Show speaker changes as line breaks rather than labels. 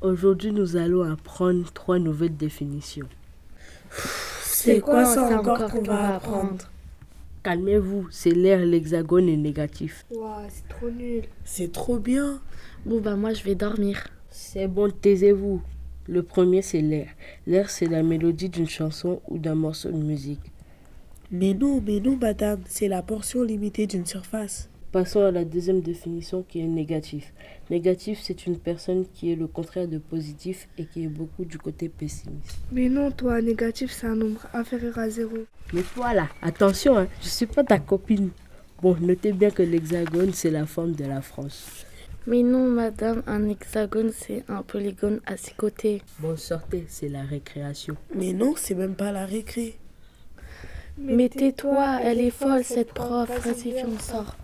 Aujourd'hui, nous allons apprendre trois nouvelles définitions.
C'est quoi ça encore qu'on va apprendre
Calmez-vous, c'est l'air, l'hexagone est négatif.
Waouh, c'est trop nul.
C'est trop bien.
Bon bah moi je vais dormir.
C'est bon, taisez-vous. Le premier, c'est l'air. L'air, c'est la mélodie d'une chanson ou d'un morceau de musique.
Mais non, mais non, madame, c'est la portion limitée d'une surface.
Passons à la deuxième définition qui est négatif. Négatif, c'est une personne qui est le contraire de positif et qui est beaucoup du côté pessimiste.
Mais non, toi, négatif, c'est un nombre inférieur à zéro.
Mais voilà, attention, hein, je suis pas ta copine. Bon, notez bien que l'hexagone, c'est la forme de la France.
Mais non madame, un hexagone c'est un polygone à ses côtés.
Bon, sortez, c'est la récréation.
Mais non, c'est même pas la récré.
Mais tais-toi, elle est folle cette prof, vas-y viens on sort.